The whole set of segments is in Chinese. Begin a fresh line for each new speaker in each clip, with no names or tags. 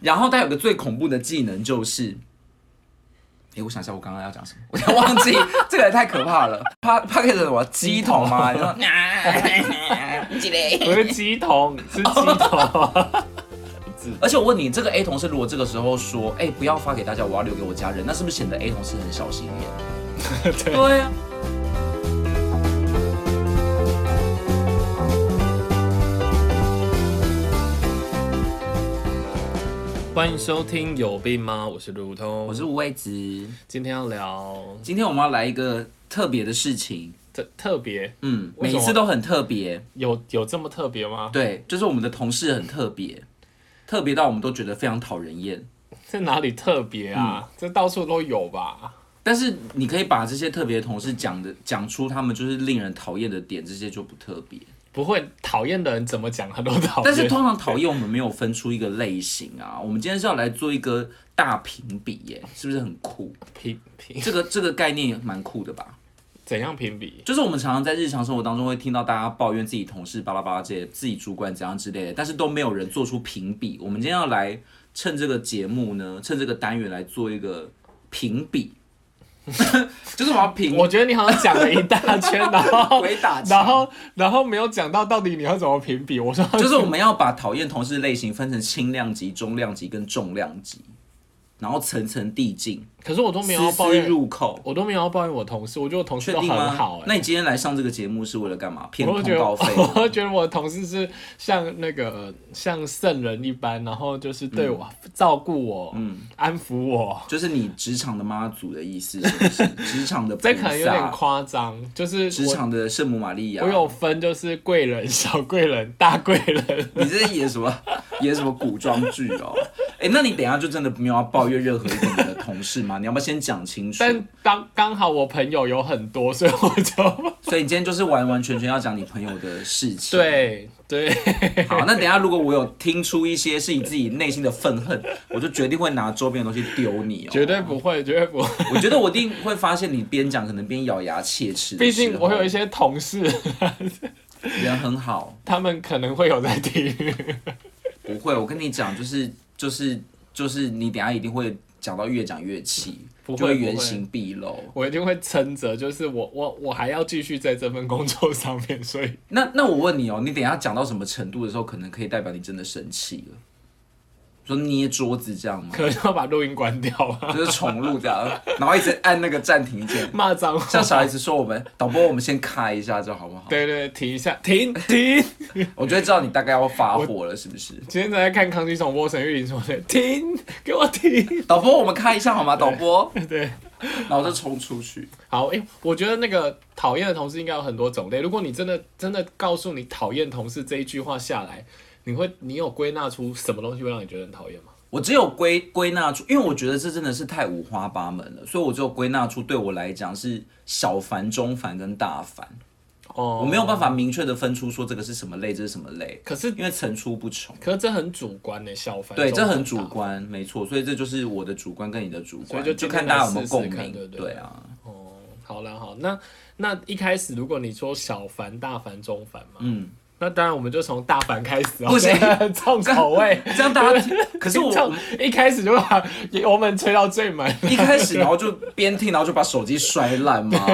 然后他有个最恐怖的技能就是。哎，我想一下，我刚刚要讲什么？ 我想忘记，这个也太可怕了。他他可以什么鸡桶吗？然后
我是鸡桶，是鸡桶。
而且我问你，这个 A 同事如果这个时候说，哎、不要发给大家，我要留给我家人，那是不是显得 A 同事很小心眼？对啊。
欢迎收听《有病吗》，我是卢通，
我是吴畏子，
今天要聊
今天我们要来一个特别的事情，
特特别，
嗯，
为
每
什么
一次都很特别，
有有这么特别吗？
对，就是我们的同事很特别，特别到我们都觉得非常讨人厌。
这哪里特别啊？这到处都有吧？
但是你可以把这些特别的同事讲的讲出他们就是令人讨厌的点，这些就不特别。
不会讨厌的人怎么讲他都讨厌，
但是通常讨厌我们没有分出一个类型啊，我们今天是要来做一个大评比耶，是不是很酷？
评评
这个这个概念也蛮酷的吧？
怎样评比？
就是我们常常在日常生活当中会听到大家抱怨自己同事巴拉巴拉这些，自己主管怎样之类的，但是都没有人做出评比。我们今天要来趁这个节目呢，趁这个单元来做一个评比， 就是我们要评
我觉得你好像讲了一大圈，然 后
鬼打
然后然后没有讲到到底你要怎么评比。我说
就是我们要把讨厌同事类型分成轻量级、中量级跟重量级，然后层层递进，
可是我都没有要
丝
抱
丝
怨，
入扣。
我都没有要抱怨我同事，我觉得我同事
确
都
定
很好、
吗
欸。？
那你今天来上这个节目是为了干嘛？骗
我
通
都觉得，
告
我
费？
都觉得我的同事是像那个像圣人一般，然后就是对
嗯
我、照顾我，安抚我。
就是你职场的妈祖的意思，是不是？职场的菩
这可能有点
萨，
夸张，就是
职
我
场的圣母玛利亚
我。有分，就是贵人、 小贵人、大贵人。
你这是演什么？ 演什么古装剧哦？哎、那你等一下就真的没有要抱怨任何一个你的同事吗？你要不要先讲清楚？
但刚刚好我朋友有很多，所以我 就
所以你今天就是完完全全要讲你朋友的事情。
对对，
好，那等一下如果我有听出一些是你自己内心的愤恨，我就决定会拿周边的东西丢你哦。
绝对不会，绝对不会。
我觉得我一定会发现你边讲可能边咬牙切齿的
毕
时候。
竟我有一些同事，
人很好，
他们可能会有在听。
不会。我跟你讲，就是就是就是你等一下一定会讲到越讲越气，
不
就
会
原形毕露。
我一定会撑着，就是我我我还要继续在这份工作上面，所以
那那我问你哦，你等一下讲到什么程度的时候，可能可以代表你真的生气了，说捏桌子这 样吗？
可能要把录音关掉啊，
就是宠物这样，然后一直按那个暂停键。
骂脏 话。
像小孩子说我们导播，我们先开一下，这好不好？
对对，停一下，停停。
我就会知道你大概要发火了，是不是？
今天在看《康熙总播沈玉琳说的，停，给我停。
导播，我们开一下好吗？导播，
对，
然后就冲出去。
好，哎、我觉得那个讨厌的同事应该有很多种类。如果你真的真的告诉你讨厌同事这一句话下来，你会你有归纳出什么东西会让你觉得很讨厌吗？
我只有归归纳出，因为我觉得这真的是太五花八门了，所以我只有归纳出对我来讲是小烦、中烦跟大烦，
哦，
我没有办法明确的分出说这个是什么类，这是什么类，
可是
因为层出不穷。
可是这很主观的、小凡
对，这很
中
主
文大。
观，没错，所以这就是我的主观跟你的主
所
观，
以就
就
今天
看大家有没
来
有
试试
共
看
鸣
对。不对
对啊，
哦，好了好，那那一开始如果你说小凡、大凡、中凡嘛，
嗯，
那当然我们就从大凡开始哦、
不行
重口味。
这样大家， 可是我
就一开始就把油门吹到最满，
一开始，然后就边听，然后就把手机摔烂 嘛。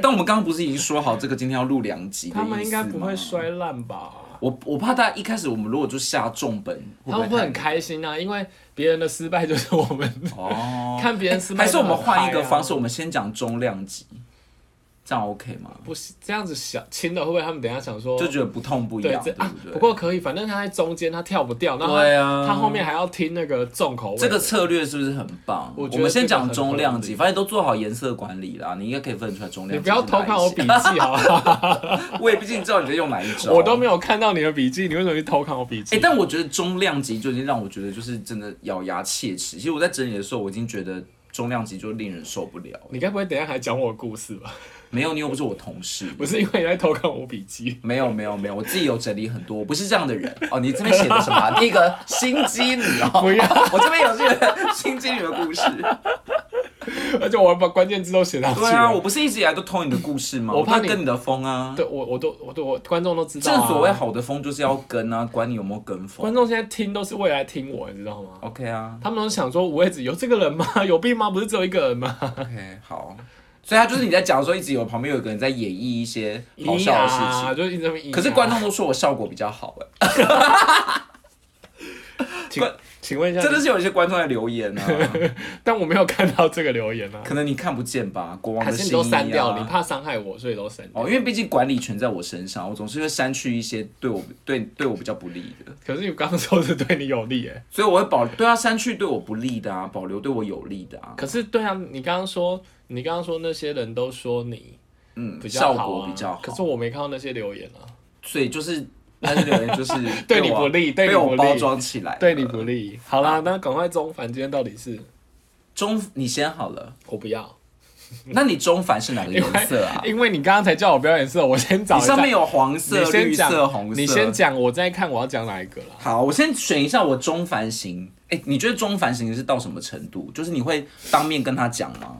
但我们刚刚不是已经说好这个今天要录两集的
他们
意
应
思
该不会
吗。
摔烂吧？
我我怕大家一开始我们如果就下重本，
他们
不
会
太
很开心啊，因为别人的失败就是我们的
哦。
看别人失败
还
就
我
是很嗨啊、
们换一个方式，我们先讲中量级，这样 OK 吗？
不是这样子小轻的，会不会他们等一下想说
就觉得不痛不
对
痒，
这
对
啊
不？对？
不过可以，反正他在中间他跳不掉，那
对啊
他后面还要听那个重口味，
这个策略是不是很棒？
我
我
觉得
们先
这
讲
个很
中量
合
级，
理
反正都做好颜色管理啦，你应该可以分出来中
你
量级是哪
不要
一些。
偷看我笔记好不好？
我也毕竟知道你在用哪一招。
我都没有看到你的笔记，你为什么去偷看我笔
哎、
记？
但我觉得中量级就已经让我觉得就是真的咬牙切齿。其实我在整理的时候，我已经觉得中量级就令人受不了。
你该不会等一下还讲我的故事吧？
没有，你又不是我同事。
不是因为你在偷看我笔记，
没有没有没有，我自己有整理很多，我不是这样的人哦。你这边写的什么啊、第一个心机女哦，
不要啊
我这边有这个心机女的故事。
而且我还把关键字都写上去
对啊，
了。
我不是一直以来都偷你的故事吗？
我怕
都
你
跟你的风啊。
对我我都我对我观众都知道、
正
啊。
所谓好的风就是要跟啊，管你有没有跟
观
风。
众现在听都是为了来听我，你知道吗？
OK 啊
他们都想说五位子有这个人吗？ 有病吗？不是只有一个人吗？
，OK 好。所以他就是你在讲的时候，一直有旁边有一个人在演绎一些好笑的事情。
啊、就一直在那边赢啊
可是观众都说我效果比较好哎、
请请问一下，
真的是有一些观众在留言啊，
但我没有看到这个留言啊，
可能你看不见吧，国王
还
的
是
心
你
意、啊、
都删掉，你怕伤害我，所以都删掉。
哦，因为毕竟管理权在我身上，我总是会删去一些对我对对我比较不利的，
可是你刚刚说是对你有利耶，
所以我会保对啊删去对我不利的啊，保留对我有利的啊，
可是对啊，你刚刚说你刚刚说那些人都说你
嗯，
比较
效
好
果
啊，
比较好，
可是我没看到那些留言啊，
所以就是但是留言就是
对你
我
不利对你
被
不
我
利
包装起来，
对你不利。好啦，那赶快中反，今天到底是
中你先好了，
我不要，
那你中反是哪个颜色啊？
因为你刚刚才叫我表演色，我先找
你
一下
上面有黄色
你、先
绿
讲
色、红色，
你先讲，我再看我要讲哪一个啦。
好，我先选一下我中凡型。哎、你觉得中凡型是到什么程度？就是你会当面跟他讲吗？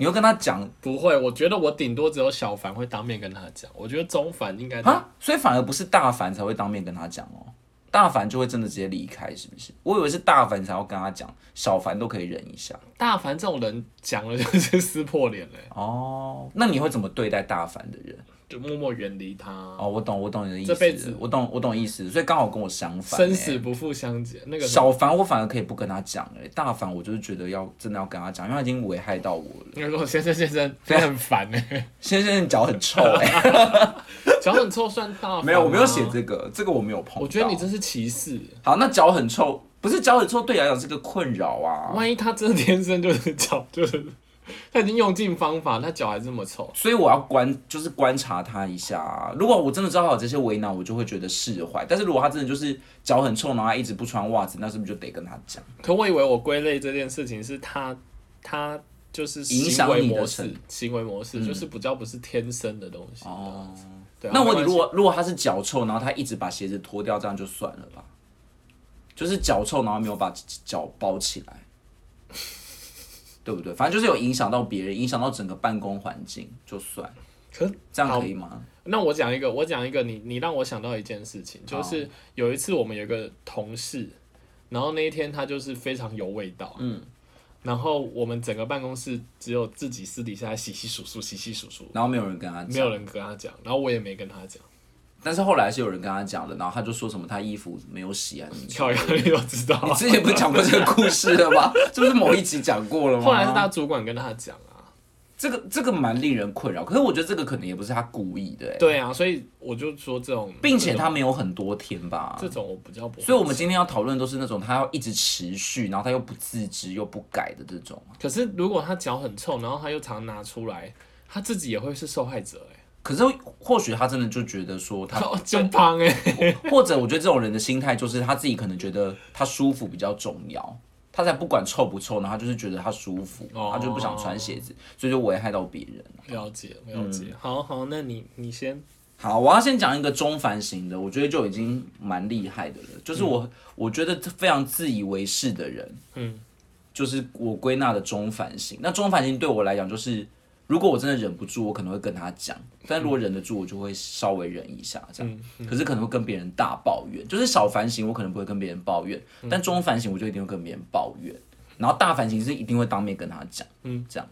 你会跟他讲
不会，我觉得我顶多只有小凡会当面跟他讲，我觉得中凡应该都
啊？所以反而不是大凡才会当面跟他讲哦，大凡就会真的直接离开，是不是？我以为是大凡才要跟他讲，小凡都可以忍一下。
大凡这种人讲了就是撕破脸嘞、
哦，那你会怎么对待大凡的人？
就默默远离他，
哦，我懂，我懂你的意
这辈
思
子
了，我懂，我懂意思。所以刚好跟我相反、
生
哎
死不复相见。那个什么
小凡我反而可以不跟他讲，哎，大凡我就是觉得要真的要跟他讲，因为他已经危害到我了。
那个先生先生真的很烦哎、
先生，你脚很臭、哎。
脚很臭算大凡吗
没有，我没有写。这个，这个我没有碰到。
我觉得你真是歧视，
好，那脚很臭，不是脚很臭对你来讲是个困扰啊。
万一他真的天生就是脚就是，他已经用尽方法，他脚还这么臭。
所以我要观，就是观察他一下、啊。如果我真的知道他有这些为难，我就会觉得释怀。但是如果他真的就是脚很臭，然后他一直不穿袜子，那是不是就得跟他讲？
可我以为我归类这件事情是他他就是
影
行
响
为
你的
模
程嗯
式，行为模式、就是比较不是天生的东西。哦，对啊。
那我问
没
你
关
如
系
果如果他是脚臭，然后他一直把鞋子脱掉，这样就算了吧。就是脚臭，然后没有把脚包起来，对不对？反正就是有影响到别人，影响到整个办公环境，就算
可
这样
好
可以吗？
那我讲一个，我讲一个，你你让我想到一件事情，就是有一次我们有一个同事，然后那一天他就是非常有味道，嗯，然后我们整个办公室只有自己私底下洗洗数数洗洗数数，
然后没有人跟他讲，
没有人跟他讲，然后我也没跟他讲，
但是后来是有人跟他讲的，然后他就说什么他衣服没有洗啊，你
跳一个你都知道啊，
之前不是讲过这个故事了 吗？这不是某一集讲过了吗？
后来是他主管跟他讲啊，
这个这个蛮令人困扰，可是我觉得这个可能也不是他故意的、欸，
对啊，所以我就说这种，
并且他没有很多天吧
这。种我比较不会，
所以，我们今天要讨论都是那种他要一直持续，然后他又不自知又不改的这种。
可是如果他脚很臭，然后他又常拿出来，他自己也会是受害者哎、
可是，或许他真的就觉得说他，
欸，真胖哎、
或者我觉得这种人的心态就是他自己可能觉得他舒服比较重要，他才不管臭不臭呢，他就是觉得他舒服，
哦
他就不想穿鞋子，所以就危害到别人。
了解，了
嗯
解。好好，那你你先，
好，我要先讲一个中凡型的，我觉得就已经蛮厉害的了。就是我，我觉得非常自以为是的人，
嗯，
就是我归纳的中凡型。那中凡型对我来讲，就是如果我真的忍不住，我可能会跟他讲；但如果忍得住，我就会稍微忍一下这样。可是可能会跟别人大抱怨，就是小凡型我可能不会跟别人抱怨，但中凡型我就一定会跟别人抱怨。然后大凡型是一定会当面跟他讲，嗯，这样。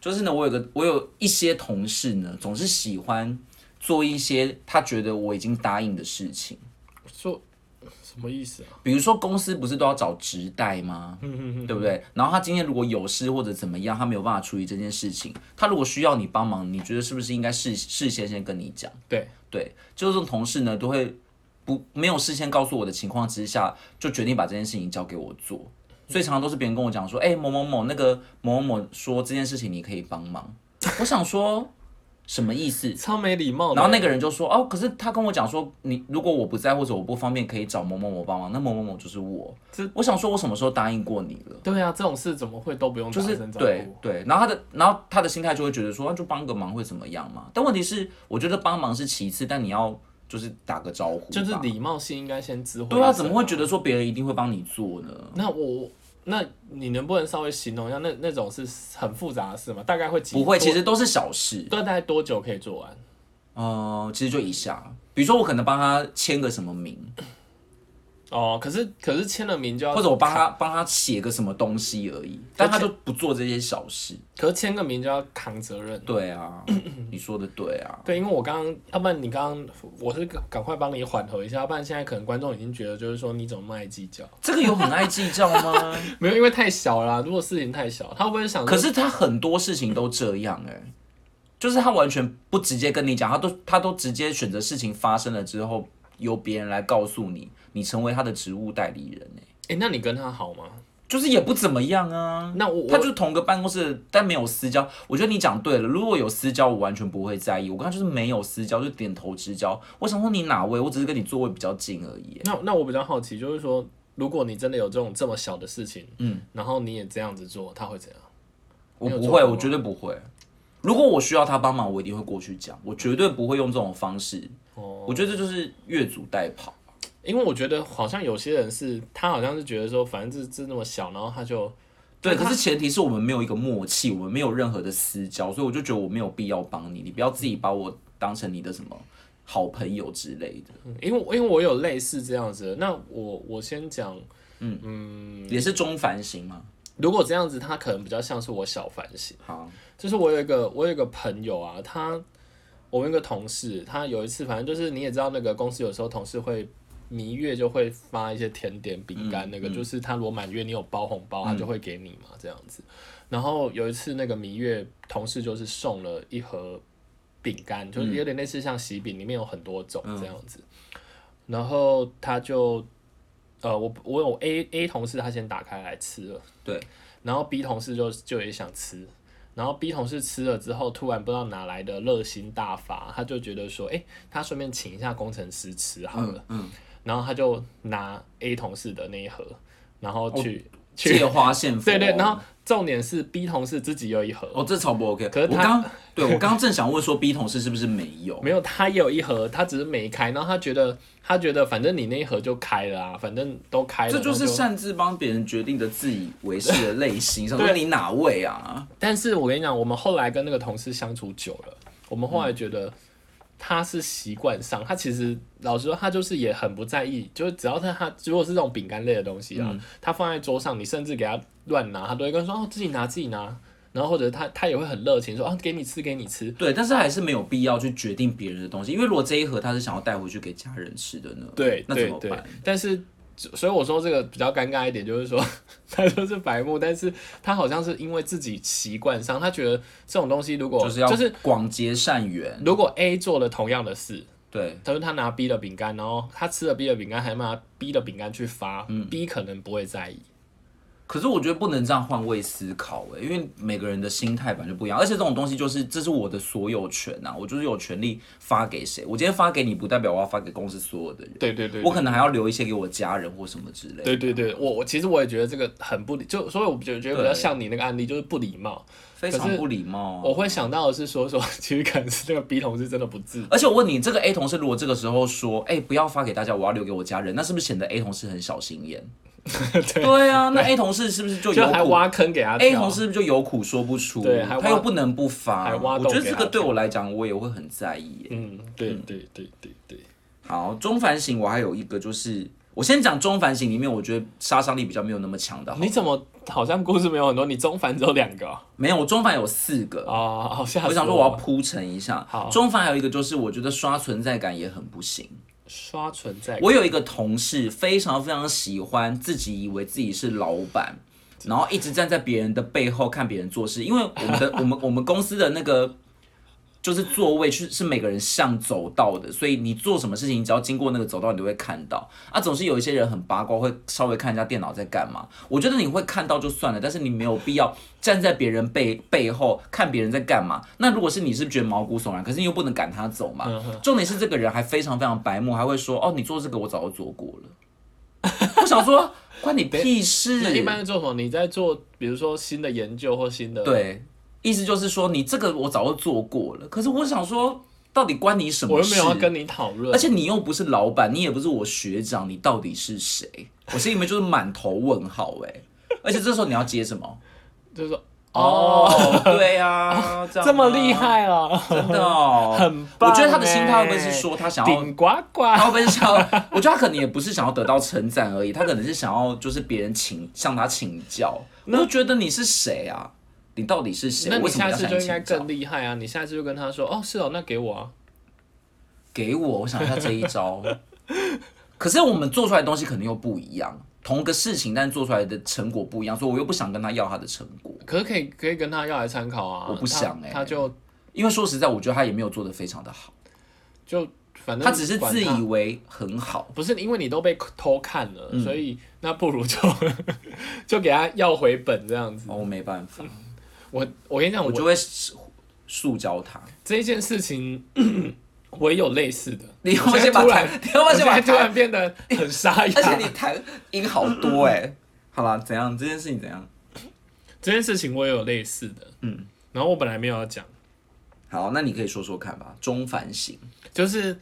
就是呢，我有个我有一些同事呢，总是喜欢做一些他觉得我已经答应的事情，
说什么意思啊？
比如说公司不是都要找直代吗？对不对？然后他今天如果有事或者怎么样，他没有办法处理这件事情，他如果需要你帮忙，你觉得是不是应该事事先先跟你讲？
对，
对，就这种同事呢，都会不没有事先告诉我的情况之下，就决定把这件事情交给我做。所以常常都是别人跟我讲说，哎、某某某那个某某某说这件事情你可以帮忙，我想说什么意思？
超没礼貌的。
然后那个人就说：“哦，可是他跟我讲说，你如果我不在或者我不方便，可以找某某某帮忙。那某某某就是我
这。
我想说，我什么时候答应过你了？
对啊，这种事怎么会都不用
就
打
是
声招呼？
对对。然后他的，然后他的心态就会觉得说，那就帮个忙会怎么样嘛？但问题是，我觉得帮忙是其次，但你要就是打个招呼吧，啊
就是礼貌性应该先知会。
对啊，怎么会觉？得说别人一定会帮你做呢？
那我那你能不能稍微形容一下那那种是很复杂的事吗？大概会几
不会，
多
其实都是小事。
大概多久可以做完？
呃，其实就一下，比如说我可能帮他签个什么名，
哦，可是可是签了名就要，
或者我帮啊他帮他写个什么东西而已，但他就不做这些小事。
可是签个名就要扛责任。
对 啊，你说的对啊，
对，因为我刚刚，要不然你刚刚，我是赶赶快帮你缓和一下，要不然现在可能观众已经觉得就是说你怎么那么爱计较，
这个有很爱计较 吗？
没有，因为太小了啦。如果事情太小，他会不会想说？
可是他很多事情都这样哎、就是他完全不直接跟你讲，他都他都直接选择事情发生了之后，由别人来告诉你，你成为他的职务代理人哎、
哎、那你跟他好吗？
就是也不怎么样啊。
那我
他
我
就同个办公室，但没有私交。我觉得你讲对了，如果有私交，我完全不会在意。我跟他就是没有私交，就点头之交。我想说你哪位，我只是跟你座位比较近而已。
那那我比较好奇，就是说，如果你真的有这种这么小的事情，
嗯，
然后你也这样子做，他会怎样？
我
你有
不
做
会，
过吗
我绝对不会。如果我需要他帮忙，我一定会过去讲，我绝对不会用这种方式。
哦
我觉得这就是越俎代庖。
因为我觉得好像有些人是他好像是觉得说，反正这这那么小，然后他就
对，
那他
可是前提是我们没有一个默契，我们没有任何的私交，所以我就觉得我没有必要帮你，你不要自己把我当成你的什么好朋友之类的，
嗯因为因为我有类似这样子的，那我我先讲，嗯
也是中凡型嘛。
如果这样子，他可能比较像是我小反省，
好，
就是我有一个我有一个朋友啊，他我有一个同事，他有一次反正就是你也知道那个公司有时候同事会。蜜月就会发一些甜点、饼干，那个、就是他如果满月你有包红包，他就会给你嘛，这样子。然后有一次那个蜜月同事就是送了一盒饼干，就是有点类似像喜饼，里面有很多种这样子。然后他就，呃，我我有 A A 同事他先打开来吃了，
对，
然后 B 同事就就也想吃，然后 B 同事吃了之后，突然不知道哪来的热心大发，他就觉得说，哎、他顺便请一下工程师吃好了，
嗯，
然后他就拿 A 同事的那一盒，然后
哦
去、去，
借花献佛。
对对，然后重点是 B 同事自己有一盒，
哦，这超不 OK。
可是
我
他
刚对我刚刚正想问说 B 同事是不是没有？
没有，他也有一盒，他只是没开。然后他觉得，他觉得反正你那一盒就开了啊，反正都开了。
这就是
那就
擅自帮别人决定的自以为是的类 型。想说你哪位啊？
但是我跟你讲，我们后来跟那个同事相处久了，我们后来觉得他是习惯上，他其实老实说，他就是也很不在意，就是只要他他如果是这种饼干类的东西啊，他放在桌上，你甚至给他乱拿，他都会跟你说哦自己拿自己拿。然后或者他他也会很热情说啊给你吃给你吃，
对，但是还是没有必要去决定别人的东西，因为如果这一盒他是想要带回去给家人吃的呢，
对
那怎
对
么
对
办？，
但是所以我说这个比较尴尬一点，就是说 他就是白目，但是他好像是因为自己习惯上，他觉得这种东西如果
就是要
就是
广结善缘。
如果 A 做了同样的事，
对，
他说他拿 B 的饼干，然后他吃了 B 的饼干，还拿 B 的饼干去发、b 可能不会在意。
可是我觉得不能这样换位思考、欸，因为每个人的心态本来就不一样，而且这种东西就是这是我的所有权呐、我就是有权利发给谁，我今天发给你，不代表我要发给公司所有的人。
对对对
我可能还要留一些给我家人或什么之类的。
对对对，我我其实我也觉得这个很不礼，就所以我觉得比较
对
像你那个案例，就是不礼貌。
非
可
常
是
不礼貌、
我
啊。
会想到的是说说，其实可能是那个 B 同事真的不自
而且我问你，这个 A 同事如果这个时候说，哎、不要发给大家，我要留给我家人，那是不是显得 A 同事很小心眼？ 对啊，那 A 同事是不是就
就
有
还
苦
挖坑给他跳。
A 同事是不是就有苦说不出？
对还挖
他又不能不发
还。挖
我
洞
觉得
给
这
他
个对我来讲，我也会很在意耶。
嗯，对对对对对，
好，中反省我还有一个就是，我先讲中反省里面，我觉得杀伤力比较没有那么强的好。
你怎么好像故事没有很多？你中反只有两个啊？
没有，我中反有四个。
哦好吓死
我想说我要铺陈一下
好，
中反还有一个就是，我觉得刷存在感也很不行。
刷存在感，
我有一个同事，非常非常喜欢自己以为自己是老板，然后一直站在别人的背后看别人做事。因为我们的我们我们公司的那个就是座位是是每个人向走道的，所以你做什么事情，你只要经过那个走道，你都会看到。啊，总是有一些人很八卦，会稍微看一下电脑在干嘛。我觉得你会看到就算了，但是你没有必要站在别人背背后看别人在干嘛。那如果是你是不是觉得毛骨悚然，可是你又不能赶他走嘛。
嗯
重点是这个人还非常非常白目，还会说哦，你做这个我早就做过了。我想说， 哦关你屁事。
那一般是做什么？你在做，比如说新的研究或新的，
对，意思就是说你这个我早就做过了，可是我想说，到底关你什
我
么
又
事？
没有要跟你讨论，
而且你又不是老板，你也不是我学长，你到底是谁？我心里面就是满头问号哎、而且这时候你要接什么？
就是说
哦，对呀、这样
哦这么
啊
厉，害啊，
真的、哦，
很棒
我觉得他的心态会不会
欸
是说他想要
顶呱呱
他。会不会是想要？我觉得他可能也不是想要得到称赞而已，他可能是想要就是别人请向他请教。我就觉得你是谁啊？你到底是谁？
那你
为什么
下
要
次
向
就
你
应该
请教
更？厉害啊！你下次就跟他说，哦，是哦，那给我啊。
给我，我想一下这一招。 可是我们做出来的东西肯定又不一样，同个事情，但是做出来的成果不一样，所以我又不想跟他要他的成果，
可是可以可以跟他要来参考啊。
我不
他
想欸
他就
因为说实在，我觉得他也没有做得非常的好，
就反正
他只是
管
自
他
以为很好。
不是因为你都被偷看了，所以那不如就就给他要回本这样子。
哦，我没办
嗯
法，
我我跟你讲，
我
我
就会塑胶他。
这件事情 我也有类似的。
你要
我
不要
现在
先把
突然
弹， 你要不
我
要
现
先把
在突
弹
然变得很沙
而且你
哑。
弹音好多哎、好啦，怎样？这件事情怎样？
这件事情我也有类似的，嗯。然后我本来没有要讲，
好，那你可以说说看吧。中反省，
就是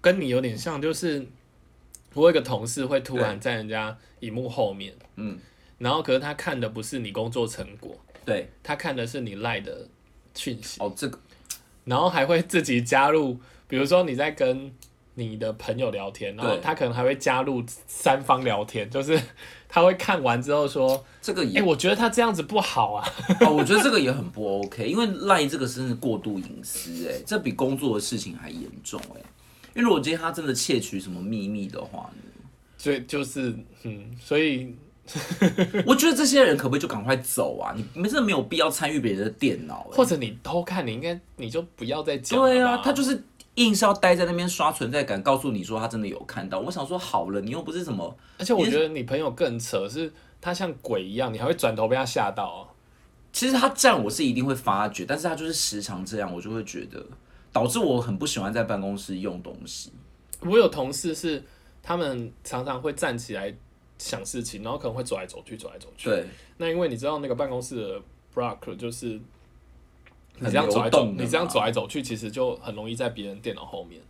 跟你有点像，就是我有一个同事会突然在人家荧幕后面，
嗯，
然后可是他看的不是你工作成果，
对，
他看的是你赖的讯息。
哦，这个
然后还会自己加入，比如说你在跟你的朋友聊天，然后
对
他可能还会加入三方聊天，就是 他会看完之后说
这个：“
哎、
也，
我觉得他这样子不好啊。
哦，我觉得这个也很不 OK，因为赖这个真是过度隐私哎、这比工作的事情还严重哎、因为如果今天他真的窃取什么秘密的话呢，”
所以就是，嗯，所以
我觉得这些人可不可以就赶快走啊？你你们真的没有必要参与别人的电脑、欸，
或者你偷看，你应该你就不要再讲了吧。
对啊，他就是硬是要待在那边刷存在感，告诉你说他真的有看到。我想说好了，你又不是什么
而且我觉得你朋友更扯，是他像鬼一样，你还会转头被他吓到、哦。
其实他站我是一定会发觉，但是他就是时常这样，我就会觉得导致我很不喜欢在办公室用东西。
我有同事是他们常常会站起来想事情，然后可能会走来走去，走来走去。
对，
那因为你知道那个办公室的 block 就是你
很
这样走来
流
走，
动的
你这样
嘛
走来走去，其实就很容易在别人电脑后面。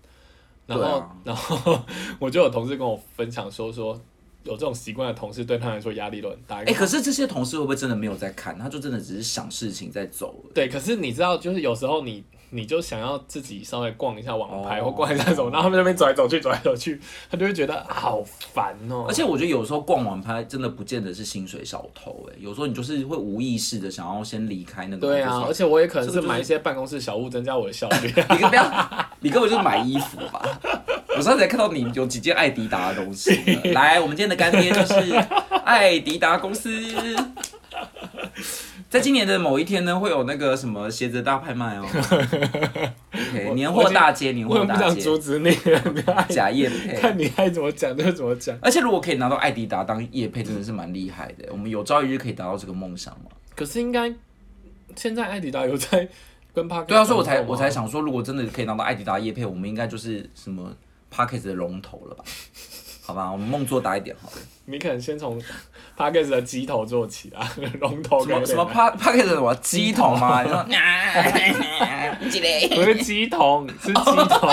然
对
后，
啊
然后我就有同事跟我分享说，说有这种习惯的同事对他来说压力都很大。
哎、可是这些同事会不会真的没有在看？他就真的只是想事情在走而已。
对，可是你知道，就是有时候你你就想要自己稍微逛一下网拍、
哦
或逛一下什么，然后他们那边走来走去，走来走去，他就会觉得好烦哦、
而且我觉得有时候逛网拍真的不见得是薪水小偷、哎，有时候你就是会无意识的想要先离开那个。
对啊，而
而且
且我也可能
这
是
个就是
买一些办公室小物增加我的效 率。
你根本不要，你根本就是买衣服吧。我上次才看到你有几件艾迪达的东西呢。来，我们今天的干爹就是艾迪达公司。在今年的某一天呢，会有那个什么鞋子大拍卖 哦。OK，年货大街，年
我
货
很不
大
想
街
阻，止你， 你 爱
假叶配。
看你爱怎么讲就怎么讲。
而且如果可以拿到艾迪达当叶配，真的是蛮厉害的。我们有朝一日可以达到这个梦想吗？
可是应该现在艾迪达有在跟帕克
对啊，所以我才我才想说，如果真的可以拿到艾迪达叶配，我们应该就是什么 p a c k e t 的龙头了吧？好吧，我们梦做大一点好了。
你可能先从帕克的鸡头做起啊， 龙头
什么
跟
什么 pa p a c k e t 什么鸡桶吗？你说鸡嘞？
不是鸡头是鸡头，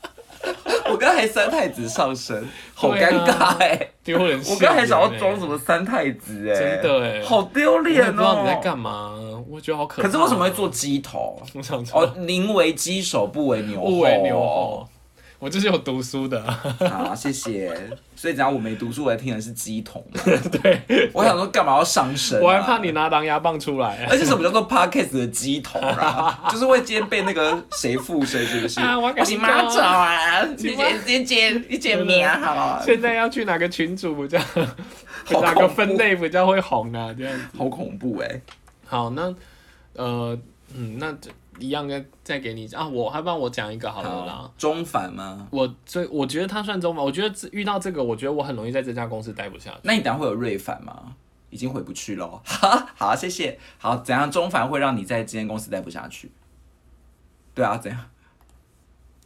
我刚才三太子上身，好
对啊
尴尬哎、
丢人现眼欸。
我刚才想要装什么三太子哎、
真的欸
好丢
我也
脸
不
哦！
知道你在干嘛，我觉得好可怕。
可是为什么会？做鸡头？
我想说
哦，宁为鸡首不为牛后。
不为牛后，哦我就是有读书的，啊
好，谢谢。所以只要我没读书，我还听的是鸡桶嘛。
对
我想说干嘛要上身、啊？
我还怕你拿狼牙棒出来。啊
而且什么叫做 podcast 的鸡头啊？就是会今天被那个谁附身，是不是？
啊我跟你
我是马爪啊，你
妈
姐你姐你姐名好啊，
现在要去哪个群组 比较，
恐怖
哪个分类比较会红啊？这样子。
好恐怖哎、欸！
好，那呃，嗯，那就一样跟再给你啊，我还帮我讲一个好了啦。
中反吗？
我最我觉得他算中吧，我觉得这遇到这个，我觉得我很容易在这家公司待不下去。
那你等下会有瑞反吗？已经回不去了， 哈，好，谢谢。好，怎样中反会让你在这间公司待不下去？对啊，怎样？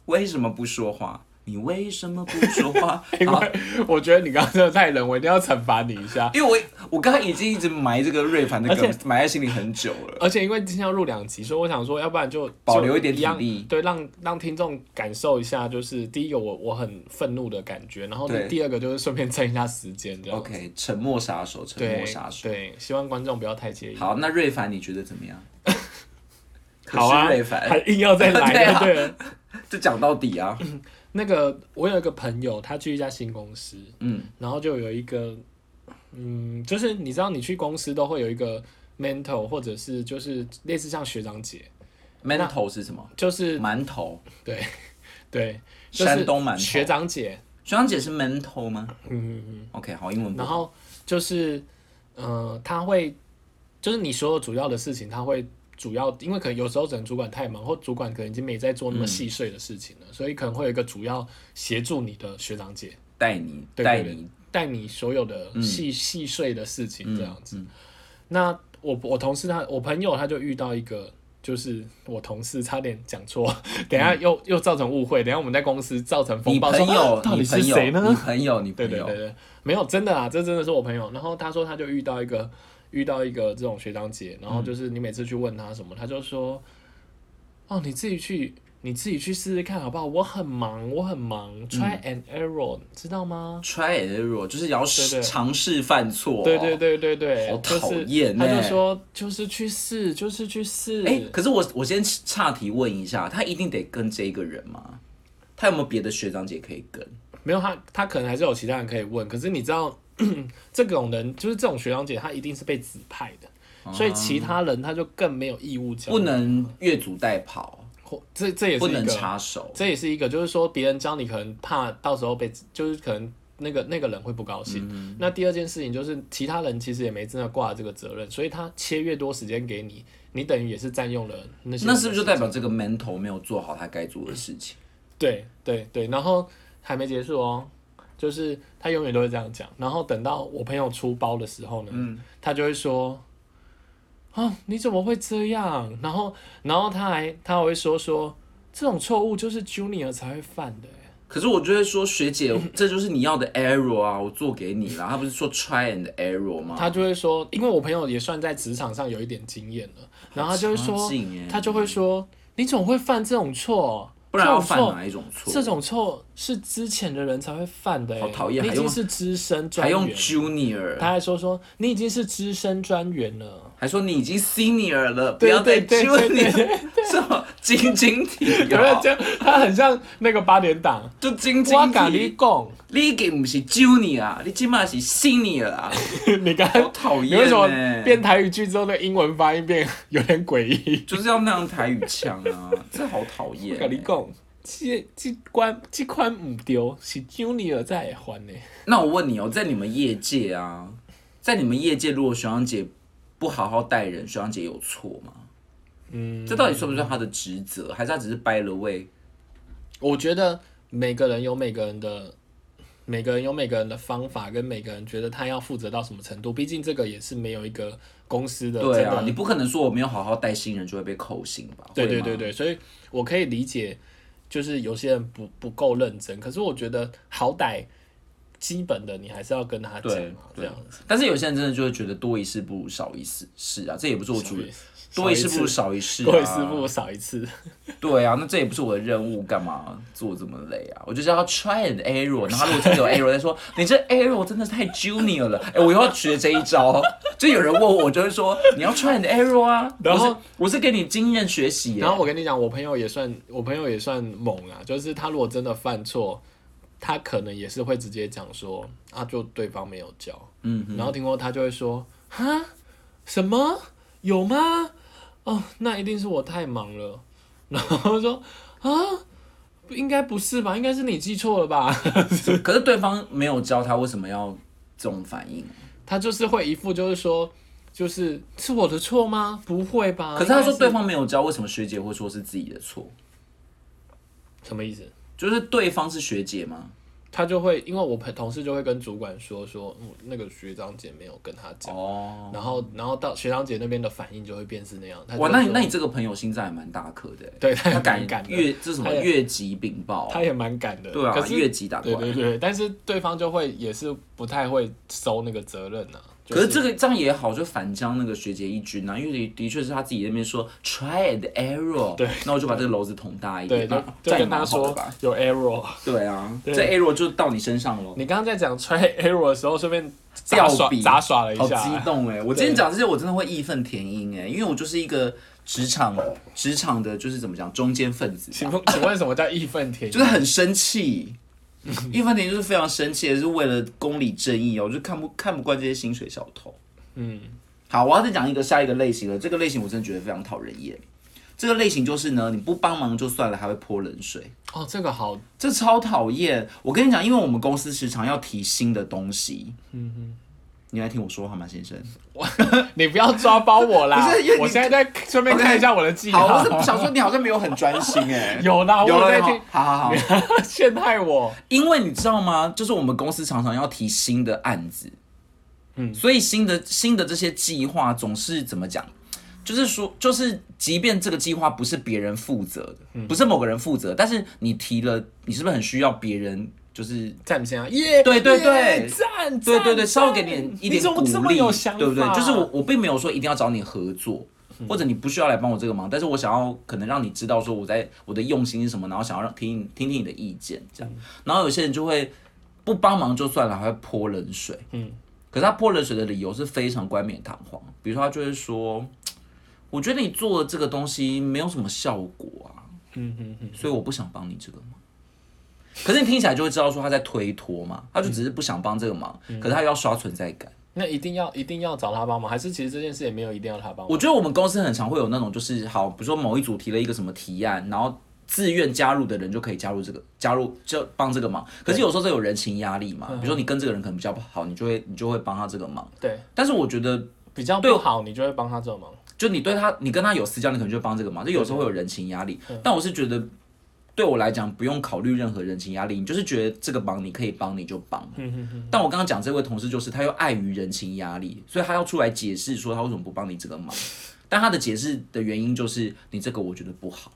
为什么不说话？你为什么不说 话？
因
好，
为我觉得你刚刚真的太冷，我一定要惩罚你一下。
因为我我刚刚已经一直埋这个瑞凡的
而
梗
且
埋在心里很久了。
而且因为今天要录两集，所以我想说，要不然就
保
就
留一点体
样
力
对，让让听众感受一下，就是第一个我我很愤怒的感觉，然后
对
你第二个就是顺便蹭一下时间，这样。
OK，沉默杀手，沉
对
默杀手。
对，希望观众不要太介意。
好，那瑞凡你觉得怎么样？
好啊，
可是瑞凡
还硬要再 来，
对啊
对。
就讲到底啊。
那个我有一个朋友，他去一家新公司，
嗯，
然后就有一个，嗯，就是你知道，你去公司都会有一个 mentor，或者是就是类似像学长姐，
馒 o 是什么？
就是
馒头，
对，就是
山东馒头。
学长姐，
学长姐是馒头吗
嗯，嗯
？OK，好，英文
嗯，
不
然后就是，呃，他会，就是你所有主要的事情，他会主要，因为可能有时候可能主管太忙，或主管可能已经没在做那
嗯
么细碎的事情了，所以可能会有一个主要协助你的学长姐。
带你
对对
带你
带你所有的
嗯
细细碎的事情这样子。那我我同事他，我朋友他就遇到一个，就是我同事差点讲错， 等一下又、又造成误会，等一下我们在公司造成
嗯
风
你
暴，
朋
说
友
啊，到底
你
是
朋友，
谁
你
呢？
朋友，你
对
朋
对
友
对，对，没有真的啊，这真的是我朋友。然后他说他就遇到一个遇到一个这种学长姐，然后就是你每次去问他什么，他就说，哦，你自己去。你自己去试试看好不好？我很忙，我很忙，try
嗯
and error，、知道吗？
，try and error 就是也要试
对对
尝试犯错。
对对。对对对，
好
就是
讨厌
他就
欸
说就是去试，就是去试。
哎、可是我我先岔题问一下，他一定得跟这个人吗？他有没有别的学长姐可以跟？
没有他，他可能还是有其他人可以问。可是你知道， 这种人就是这种学长姐，她一定是被指派的，所以其他人他就更没有义务教。
不，能越俎代
嗯
庖，
这这也
不
是一
能
个，
插手。
这也是一个，就是说别人教你，可能怕到时候被，就是可能。那个那个人会不高兴。
嗯
那第二件事情就是，其他人其实也没真的挂这个责任，所以他切越多时间给你，你等于也是占用了那些人的时间。
那是不是就代表这个 mentor 没有做好他该做的事情？
对对对，然后还没结束哦，就是他永远都会这样讲，然后等到我朋友出包的时候呢，
嗯
他就会说。啊！你怎么会这样？然后，然后他还他还会说说这种错误就是 junior 才会犯的欸、
可是我就会说，学姐，这就是你要的 error 啊，我做给你啦。他不是说 try and error 吗？
他就会说，因为我朋友也算在职场上有一点经验了，然后他就会
好
说
差劲欸，
他就会说你怎么会犯这种错？
不然
这
要
种
犯
错
哪一种错？
这种错是之前的人才会犯的、欸，
好讨厌
你已
还
经
用
是资深专
还
员了，
用 junior，
他还说说你已经是资深专员了，
还说你已经 senior 了，不
对
要再
对对对
junior，什么晶晶体
有啊没有
哦，
这样？他很像那个八点档，
就晶
我
晶
跟你
体。
讲，
你已经不是 junior 啊，你起码是 senior 啊，
你刚
好
才
讨
你
厌欸
为什么
呢
变台语剧之后的英文发音变有点诡异？
就是要那样台语腔 啊，这好讨厌
我跟你
欸。
讲，这这关这款唔丢是 Junior 在还呢。
那我问你哦，在你们业界啊，在你们业界，如果学长姐不好好待人，学长姐有错吗？
嗯，
这到底算不算她的职责，还是她只是掰了位？
我觉得每个人有每个人的。每个人有每个人的方法，跟每个人觉得他要负责到什么程度，毕竟这个也是没有一个公司的
对
真
啊，
的
你不可能说我没有好好带新人就会被扣薪吧？
对
会
对
吗
对对，所以我可以理解，就是有些人不不够认真，可是我觉得好歹基本的你还是要跟他讲
对
嘛，这
对
样
但是有些人真的就会觉得多一事不如少一事，是啊，这也不是我主人，多一事不如少一事、啊，
多一事不如少一次。
对啊，那这也不是我的任务，干嘛做这么累啊？我就是要 try and error，然后如果 真的有 error，再说你这 error 真的是太 junior 了，哎、我又要学这一招。就有人问我，我就会说 你要 try and error 啊，
然后
我是我是给你经验学习耶、
然后我跟你讲，我朋友也算，我朋友也算猛啊，就是他如果真的犯错，他可能也是会直接讲说啊，就对方没有教，
嗯，
然后听过他就会说哈什么有吗？哦，那一定是我太忙了。然后说啊，应该不是吧？应该是你记错了吧？
可是对方没有教他为什么要这种反应，
他就是会一副就是说，就是是我的错吗？不会吧？
可哦是他说
应该
对方没有教，为什么学姐会说是自己的错？
什么意思？
就是对方是学姐吗？
他就会因为我朋同事就会跟主管说说，嗯那个学长姐没有跟他讲，
哦，
然后然后到学长姐那边的反应就会变是那样。他就
哇，那你
说
那你这个朋友心脏也蛮大颗的欸，
对他
他
也
敢
蛮敢的，
越这是什么
他也
越级禀报啊，
他也蛮敢的。
对啊
可，是
越级打
对
怪。
对对，但是对方就会也是不太会收那个责任呐、啊。就
可是这个这样也好，就反将那个学姐一军啊，因为的的确是他自己那边说 try and error，
对，
那我就把这个篓子捅大一
对，
点，
就
那
就
这样也
跟他
蛮好的
说
吧？
有 error。
对啊，
对
这 error 就到你身上了，
你刚刚在讲 try error 的时候，顺便杂
吊
耍
笔
杂耍了
好
一下
激
啊，
动哎！我今天讲这些，我真的会义愤填膺哎，因为我就是一个职场职场的，就是怎么讲中间分子吧，
请问请问什么叫义愤填膺？
就是很生气。义愤填膺就是非常生气，也是为了公理正义哦，我就看不看不惯这些薪水小偷。
嗯，
好，我要再讲一个下一个类型了。这个类型我真的觉得非常讨人厌。这个类型就是呢，你不帮忙就算了，还会泼冷水，
哦，这个好，
这超讨厌。我跟你讲，因为我们公司时常要提新的东西。
嗯
嗯你来听我说好吗，先生？
你不要抓包我啦！
不是因为你
我现在在顺便看一下我的记
好，我
号。
是想说你好像没有很专心哎、
有啦，我
有
有
了
在
有
听
了，，好好好。
陷害我。
因为你知道吗？就是我们公司常常要提新的案子，
嗯
所以新的新的这些计划总是怎么讲？就是说，就是即便这个计划不是别人负责的，不是某个人负责，但是你提了，你是不是很需要别人？就是
赞不赞啊？耶！
对对对
耶赞！
对对对，
赞
稍微给你一
你
点
怎
鼓
么
励，
这么有想法？
对不对？就是我我并没有说一定要找你合作，或者你不需要来帮我这个忙，但是我想要可能让你知道说我在我的用心是什么，然后想要让听你听听你的意见这样。然后有些人就会不帮忙就算了，还会泼冷水。
嗯，
可是他泼冷水的理由是非常冠冕堂皇，比如说他就会说，我觉得你做的这个东西没有什么效果啊，
嗯嗯嗯，
所以我不想帮你这个忙。可是你听起来就会知道说他在推脱嘛，他就只是不想帮这个忙，可是他又要刷存在感。
那一定要一定要找他帮忙，还是其实这件事也没有一定要他帮忙？
我觉得我们公司很常会有那种，就是好，比如说某一组提了一个什么提案，然后自愿加入的人就可以加入这个，加入就帮这个忙。可是有时候这有人情压力嘛，比如说你跟这个人可能比较不好，你就会你就会帮他这个忙。
对，
但是我觉得，
比较不好，你就会帮他这个忙。
就你对他，你跟他有私交，你可能就会帮这个忙，就有时候会有人情压力。但我是觉得，对我来讲不用考虑任何人情压力，你就是觉得这个忙你可以帮你就帮。
嗯嗯嗯，
但我刚刚讲这位同事，就是他又碍于人情压力，所以他要出来解释说他为什么不帮你这个忙。但他的解释的原因就是你这个我觉得不好，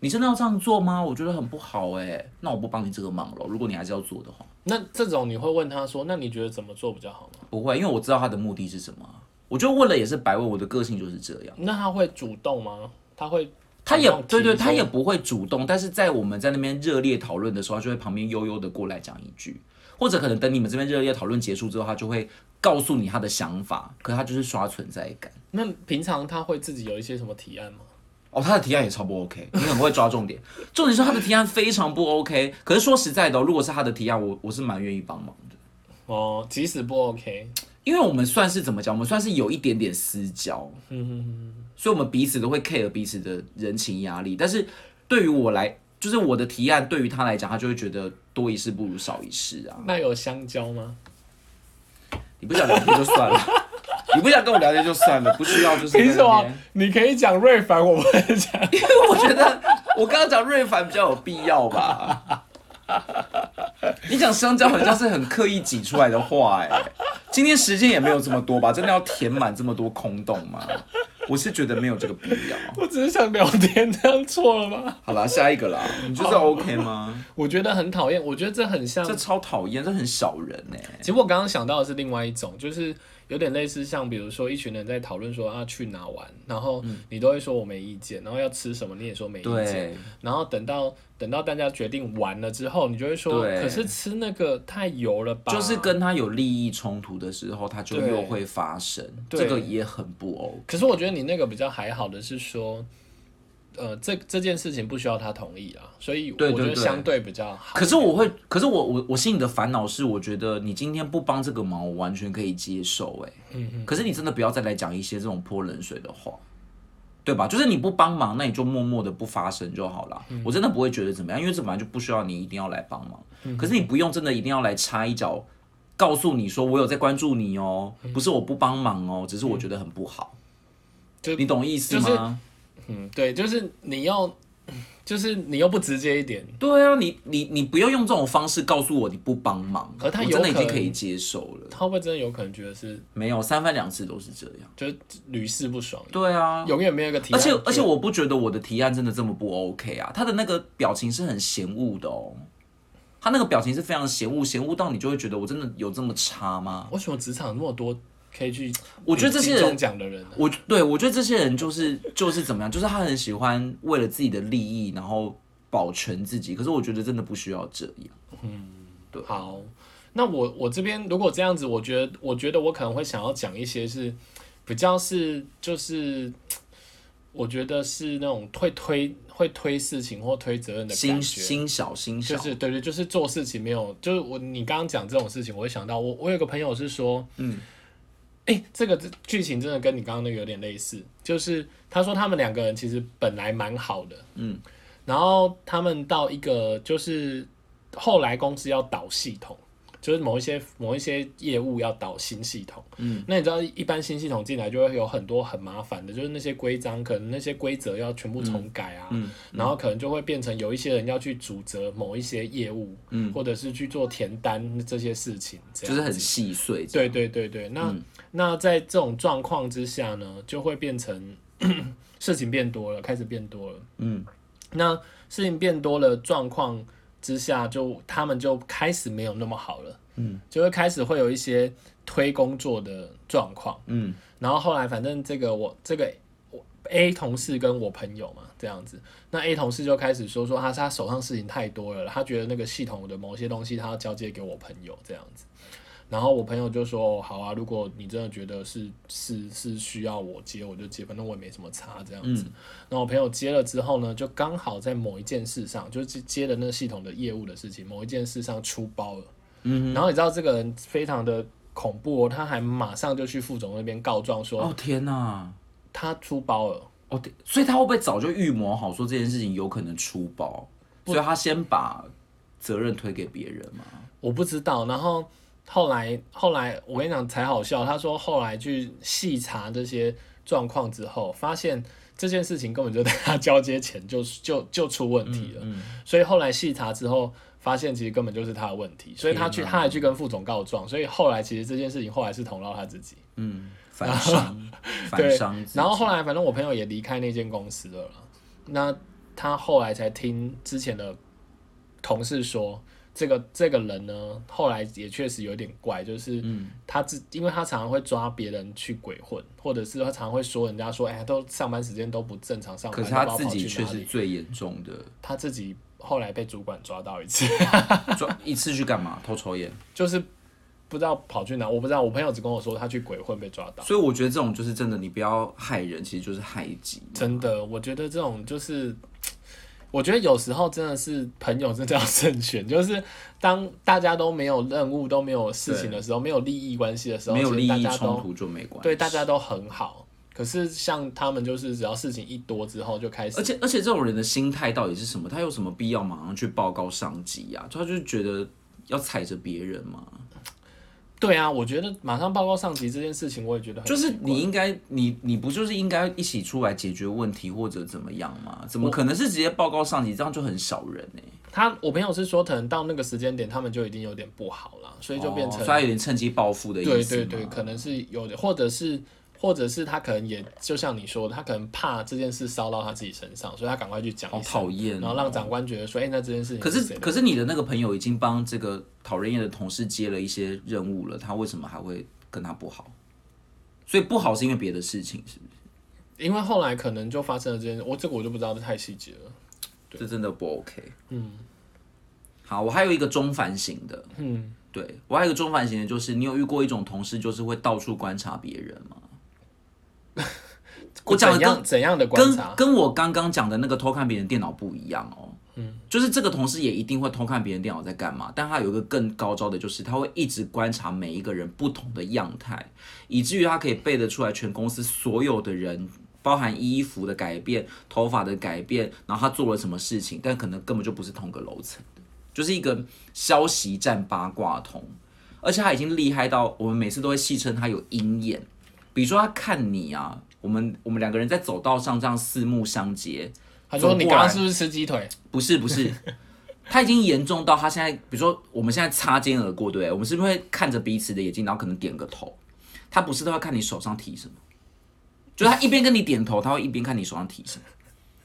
你真的要这样做吗？我觉得很不好哎、那我不帮你这个忙了。如果你还是要做的话，
那这种你会问他说，那你觉得怎么做比较好吗？
不会，因为我知道他的目的是什么啊。我就问了也是白问，我的个性就是这样。
那他会主动吗？他会主动
他也对对，
提出
他也不会主动，但是在我们在那边热烈讨论的时候，他就会旁边悠悠的过来讲一句，或者可能等你们这边热烈讨论结束之后，他就会告诉你他的想法，可他就是刷存在感。
那平常他会自己有一些什么提案吗？
哦，他的提案也超不 OK，你很会抓重点。重点是他的提案非常不 OK。可是说实在的哦、如果是他的提案，我我是蛮愿意帮忙的，
哦，即使不 OK，
因为我们算是怎么讲，我们算是有一点点私交，所以我们彼此都会 care 彼此的人情压力。但是对于我来，就是我的提案对于他来讲，他就会觉得多一事不如少一事啊。
那有香蕉吗？
你不想聊天就算了，你不想跟我聊天就算了，不需要就是在那
凭
边
什么？啊你可以讲瑞凡，我不能讲。
我觉得我刚刚讲瑞凡比较有必要吧。你讲香蕉好像是很刻意挤出来的话、哎，今天时间也没有这么多吧？真的要填满这么多空洞吗？我是觉得没有这个必要。
我只是想聊天，这样错了吗？
好啦，下一个啦，你觉得这 OK 吗？
我觉得很讨厌，我觉得这很像
这。超讨厌，这很小人哎、
其实我刚刚想到的是另外一种，就是有点类似像，比如说一群人在讨论说啊去哪玩，然后你都会说我没意见，然后要吃什么你也说没意见，
对，
然后等到等到大家决定完了之后，你就会说，
对
可是吃那个太油了吧？
就是跟他有利益冲突的时候，他就
对
又会发生，
对
这个也很不 OK。
可是我觉得你那个比较还好的是说，呃，这这件事情不需要他同意啊，所以我
对对
觉得
对
相对比较好。
可是我会，可是我我我心里的烦恼是，我觉得你今天不帮这个忙，我完全可以接受、欸，
嗯
可是你真的不要再来讲一些这种泼冷水的话，对吧？就是你不帮忙，那你就默默的不发声就好了。
嗯
我真的不会觉得怎么样，因为这本来就不需要你一定要来帮忙。
嗯
可是你不用真的一定要来插一脚，告诉你说我有在关注你哦、
嗯
不是我不帮忙哦、只是我觉得很不好。
就
你懂意思吗？
就是嗯，对，就是你要就是你又不直接一点，
对啊，你你你不要用这种方式告诉我你不帮忙，
可他
我
有
真的已
可
经可以
能
接受了。
他会不会真的有可能觉得是
没有三番两次都是这样。
就是屡试不爽，
对啊，
永远没有一个提
而
案
且
就，
而且我不觉得我的提案真的这么不 OK 啊，他的那个表情是很嫌恶的哦，他那个表情是非常嫌恶，嫌恶到你就会觉得我真的有这么差吗？
为什么职场那么多可以去
我觉得这些
金钟
人，
奖的人呢、
我对我觉得这些人就是就是怎么样，就是他很喜欢为了自己的利益，然后保全自己，可是我觉得真的不需要这样。
好，那我我这边如果这样子，我觉得我觉得我可能会想要讲一些是比较是就是，我觉得是那种会推会推事情或推责任的感
心
觉。
心小心小，
就是对对，就是做事情没有，就是我你刚刚讲这种事情，我会想到我我有个朋友是说，
嗯，
哎、这个剧情真的跟你刚刚那个有点类似，就是他说他们两个人其实本来蛮好的，
嗯，
然后他们到一个就是后来公司要导系统，就是某一些某一些业务要导新系统，
嗯，
那你知道一般新系统进来就会有很多很麻烦的，就是那些规章可能那些规则要全部重改啊，
嗯
然后可能就会变成有一些人要去主责某一些业务，
嗯
或者是去做填单这些事情，这
就
样
是很
子
细碎。
对，对对对，那、那在这种状况之下呢，就会变成事情变多了，开始变多了。
嗯，
那事情变多了状况之下就，他们就开始没有那么好了。
嗯，
就会开始会有一些推工作的状况。
嗯
然后后来反正这个我这个我 A 同事跟我朋友嘛这样子，那 A 同事就开始说说他他手上事情太多了，他觉得那个系统的某些东西他要交接给我朋友这样子。然后我朋友就说：“哦好啊，如果你真的觉得是是是需要我接，我就接，反正我也没什么差这样子。
嗯
然后我朋友接了之后呢，就刚好在某一件事上，就是接接了那个系统的业务的事情，某一件事上出包了。
嗯
然后你知道这个人非常的恐怖哦，他还马上就去副总那边告状说
哦天哪，
他出包了。
哦，对所以他会不会早就预谋好说这件事情有可能出包，所以他先把责任推给别人嘛？
我不知道。然后后来后来我跟你讲才好笑，他说后来去细查这些状况之后，发现这件事情根本就在他交接前就 就就出问题了。所以后来细查之后，发现其实根本就是他的问题，所以他去
天
他还去跟副总告状，所以后来其实这件事情后来是捅到他自己。
嗯， 反伤，反
对
伤自己。
然后后来反正我朋友也离开那间公司了啦，那他后来才听之前的同事说，这个这个人呢，后来也确实有点怪，就是
嗯
他自、因为他常常会抓别人去鬼混，或者是他常常会说人家说，哎呀，都上班时间都不正常上班，
可是
都
他
不知
自
道跑
己
去
却
哪
是
里
最严重的，
他自己后来被主管抓到一次，
抓 一次去干嘛？偷抽烟。
就是不知道跑去哪，我不知道，我朋友只跟我说他去鬼混被抓到。
所以我觉得这种就是真的，你不要害人，其实就是害己。
真的，我觉得这种就是，我觉得有时候真的是朋友真的要慎选，就是当大家都没有任务、都没有事情的时候，没有利益关系的时候，
没有利
其实
益
大家
冲
都
突就没关系。
对大家都很好。可是像他们就是只要事情一多之后就开始
而，且而且这种人的心态到底是什么？他有什么必要马上去报告上级啊？他就是觉得要踩着别人嘛。
对啊，我觉得马上报告上级这件事情，我也觉得很
就是
啊奇怪
你应该，你你不就是应该一起出来解决问题或者怎么样吗？怎么可能是直接报告上级？这样就很少人欸呢、
他，我朋友是说，可能到那个时间点，他们就已经有点不好了，所以就变
哦
成、
所以他有点趁机报复的意思
对对对，
吗
可能是有的，或者是或者是他可能也就像你说的，他可能怕这件事烧到他自己身上，所以他赶快去讲
好
一声，
讨厌哦、
然后让长官觉得说，哎、那这件事情
可
谁
是
的
可是你的那个朋友已经帮这个讨人厌的同事接了一些任务了，他为什么还会跟他不好？所以不好是因为别的事情，是不
因为后来可能就发生了这件，我这个我就不知道这太细节了。
是？这真的不 OK。嗯，好，我还有一个中反型的，
嗯，
对我还有一个中反型的，就是你有遇过一种同事，就是会到处观察别人吗？ 我讲的
怎
跟
样怎样的观
跟
察？
跟我刚刚讲的那个偷看别人电脑不一样哦。嗯，就是这个同事也一定会偷看别人电脑在干嘛，但他有一个更高招的，就是他会一直观察每一个人不同的样态，以至于他可以背得出来全公司所有的人。包含衣服的改变、头发的改变，然后他做了什么事情，但可能根本就不是同个楼层的，就是一个消息站八卦通，而且他已经厉害到我们每次都会戏称他有鹰眼，比如说他看你啊，我们我们两个人在走道上这样四目相接，
他他说
走过来
你刚刚是不是吃鸡腿？
不是不是， 他已经严重到他现在，比如说我们现在擦肩而过，对不对？我们是不是会看着彼此的眼睛，然后可能点个头？他不是都要看你手上提什么，就是他一边跟你点头，他会一边看你手上提什么，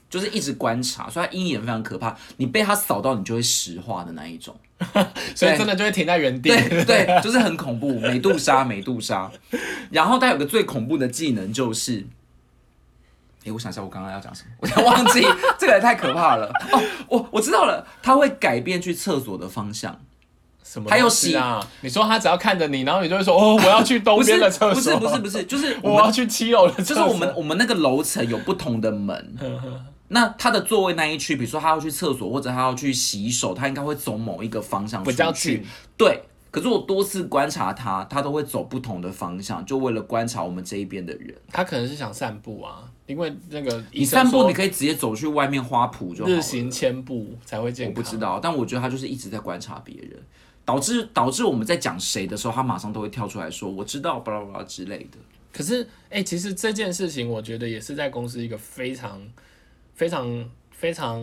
就是一直观察，所以他鹰眼非常可怕。你被他扫到，你就会石化的那一种。
所以真的就会停在原地。
对对，就是很恐怖，美杜莎，美杜莎。然后他有个最恐怖的技能就是。诶，我想一下，我刚刚要讲什么？我想忘记，这个也太可怕了。哦，我我知道了，他会改变去厕所的方向，
什么？
还有洗
洗啊？你说他只要看着你，然后你就会说哦，我要去东
不是
边的厕
不是
所，
不是不是，就是我
我
们
要去七楼的厕
就
所。
是我们我们那个楼层有不同的门，那他的座位那一区，比如说他要去厕所或者他要去洗手，他应该会走某一个方向
比较
出去
近。
对，可是我多次观察他，他都会走不同的方向，就为了观察我们这一边的人。
他可能是想散步啊，因为那个
你
医生
散步，
说
你可以直接走去外面花圃就好了。
日行千步才会健
我不
康。
知道，但我觉得他就是一直在观察别人，导致导致我们在讲谁的时候，他马上都会跳出来说我知道，巴拉巴拉之类的。
可是，哎、其实这件事情，我觉得也是在公司一个非常、非常、非常